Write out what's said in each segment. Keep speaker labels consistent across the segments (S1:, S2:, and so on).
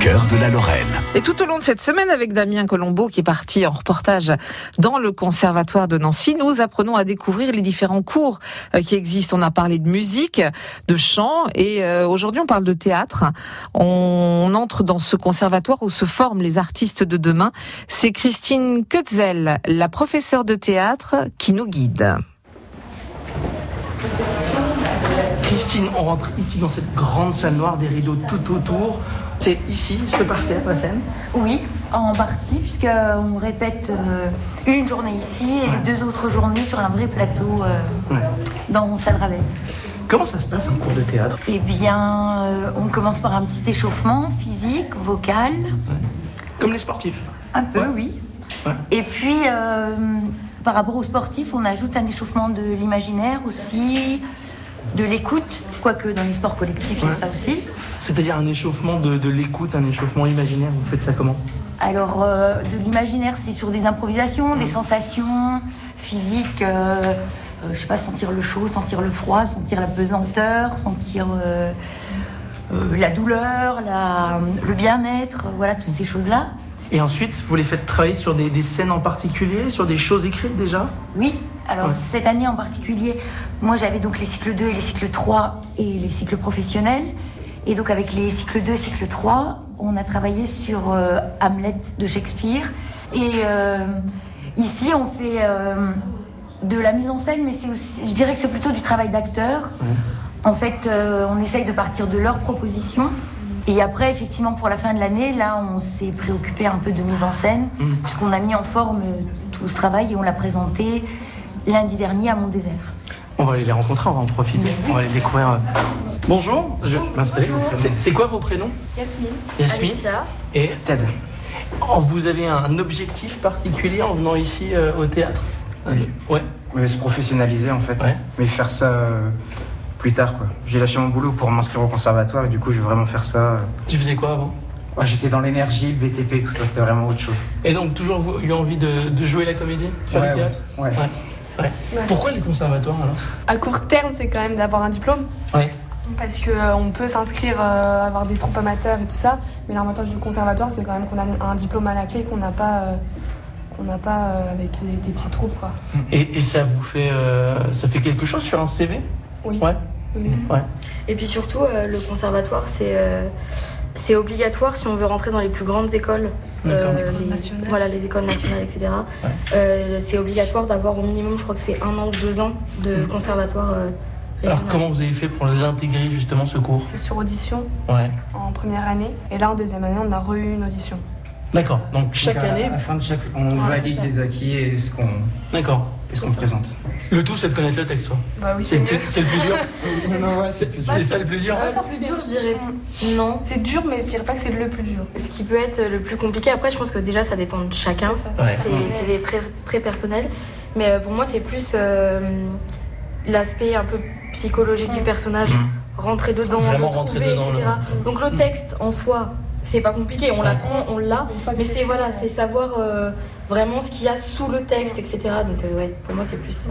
S1: cœur de la Lorraine.
S2: Et tout au long de cette semaine, avec Damien Colombo, qui est parti en reportage dans le Conservatoire de Nancy, nous apprenons à découvrir les différents cours euh, qui existent. On a parlé de musique, de chant, et euh, aujourd'hui on parle de théâtre. On, on entre dans ce conservatoire où se forment les artistes de demain. C'est Christine Kutzel, la professeure de théâtre, qui nous guide.
S3: Christine, on rentre ici dans cette grande salle noire, des rideaux tout autour. C'est ici, ce parterre, la scène.
S4: Oui, en partie, puisqu'on répète euh, une journée ici et les deux autres journées sur un vrai plateau euh,
S3: Ouais.
S4: dans Salle Ravel.
S3: Comment ça se passe un cours de théâtre
S4: Eh bien, euh, on commence par un petit échauffement physique, vocal,
S3: Comme les sportifs.
S4: un peu,
S3: Ouais.
S4: oui.
S3: Ouais.
S4: Et puis, euh, par rapport aux sportifs, on ajoute un échauffement de l'imaginaire aussi, de l'écoute, quoique dans les sports collectifs, il y
S3: Ouais.
S4: a ça aussi.
S3: C'est-à-dire un échauffement de, de l'écoute, un échauffement imaginaire. Vous faites ça comment
S4: Alors, euh, de l'imaginaire, c'est sur des improvisations, des sensations physiques. euh, euh, je sais pas, sentir le chaud, sentir le froid, sentir la pesanteur, sentir euh, euh, la douleur, la- le bien-être, voilà, toutes ces choses-là.
S3: Et ensuite, vous les faites travailler sur des, des scènes en particulier, sur des choses écrites déjà
S4: Oui, alors
S3: Ouais.
S4: cette année en particulier, moi j'avais donc les cycles 2 et les cycles 3 et les cycles professionnels. Et donc avec les cycles 2, cycles 3, on a travaillé sur euh, Hamlet de Shakespeare. Et euh, ici on fait euh, de la mise en scène, mais c'est aussi, je dirais que c'est plutôt du travail d'acteur. En fait, euh, on essaye de partir de leurs propositions. Et après, effectivement, pour la fin de l'année, là, on s'est préoccupé un peu de mise en scène, puisqu'on a mis en forme euh, tout ce travail et on l'a présenté lundi dernier à Mont-Désert.
S3: On va aller les rencontrer, on va en profiter. On va aller découvrir. Bonjour, je vais m'installer. C'est- C'est quoi vos prénoms
S5: Yasmine.
S3: Yasmine
S5: Alicia.
S3: et Ted. Oh, vous avez un objectif particulier en venant ici euh, au théâtre
S6: Oui.
S3: Ouais.
S6: Oui, se professionnaliser en fait.
S3: Ouais.
S6: Mais faire ça euh, plus tard quoi. J'ai lâché mon boulot pour m'inscrire au conservatoire et du coup je vais vraiment faire ça. euh.
S3: Tu faisais quoi avant
S6: Ouais, J'étais dans l'énergie, le BTP, tout ça, c'était vraiment autre chose.
S3: Et donc toujours vous- eu envie de, de jouer la comédie, faire
S6: Ouais,
S3: le théâtre
S6: ouais, ouais.
S3: Ouais. Pourquoi le conservatoire alors
S5: À court terme, c'est quand même d'avoir un diplôme.
S3: Ouais.
S5: Parce qu'on peut s'inscrire, euh, avoir des troupes amateurs et tout ça. Mais l'avantage du conservatoire, c'est quand même qu'on a un diplôme à la clé qu'on n'a pas, euh, qu'on n'a pas euh, avec les- des petites troupes. Quoi.
S3: Et, et ça vous fait euh, ça fait quelque chose sur un CV
S5: Oui.
S3: Ouais.
S5: Oui.
S3: Ouais.
S7: Et puis surtout, euh, le conservatoire, c'est euh, c'est obligatoire si on veut rentrer dans les plus grandes écoles.
S3: D'accord.
S7: euh,
S5: Euh,
S7: les- Voilà, les écoles nationales, etc. Euh, c'est obligatoire d'avoir au minimum, je crois que c'est un an ou deux ans de conservatoire. euh,
S3: Mm. Alors
S7: régional.
S3: comment vous avez fait pour l'intégrer justement ce cours
S5: C'est sur audition
S3: Ouais.
S5: en première année. Et là, en deuxième année, on a re eu une audition.
S3: D'accord. Donc chaque
S6: Donc, à-
S3: année,
S6: à la fin de chaque, on
S5: Ouais, c'est
S6: valide
S5: ça.
S6: les acquis et ce qu'on
S3: d'accord.
S6: et ce qu'on présente.
S3: Le tout c'est de connaître le texte. quoi.
S5: Bah oui,
S3: C'est
S5: c'est
S3: le
S5: mieux.
S3: plus- c'est le plus dur.
S6: Non, ouais,
S3: C'est c'est ça le plus dur.
S5: Ouais.
S7: Euh, le plus dur, je dirais non.
S5: C'est dur, mais je dirais pas que c'est le plus dur.
S7: Ce qui peut être le plus compliqué, après, je pense que déjà, ça dépend de chacun.
S5: C'est ça,
S3: Ouais.
S7: C'est- C'est des très, très personnel. Mais euh, pour moi, c'est plus euh, l'aspect un peu psychologique du personnage.
S3: Mm.
S7: Rentrer dedans,
S3: Vraiment
S7: le
S3: rentrer
S7: trouver,
S3: dedans,
S7: etc. Donc le texte en soi, c'est pas compliqué. On l'apprend, on l'a.
S5: Une fois que
S7: Mais
S5: c'est
S7: c'est
S5: fait,
S7: voilà,
S5: ouais.
S7: c'est savoir euh, vraiment ce qu'il y a sous le texte, etc. Donc euh, ouais, pour moi, c'est plus ça.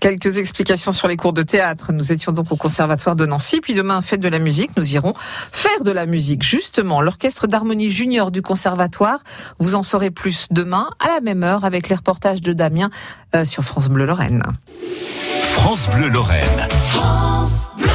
S2: Quelques explications sur les cours de théâtre. Nous étions donc au Conservatoire de Nancy, puis demain, fête de la musique, nous irons faire de la musique. Justement, l'Orchestre d'harmonie junior du Conservatoire, vous en saurez plus demain à la même heure avec les reportages de Damien euh, sur France Bleu Lorraine.
S1: France Bleu Lorraine.
S8: France Bleu.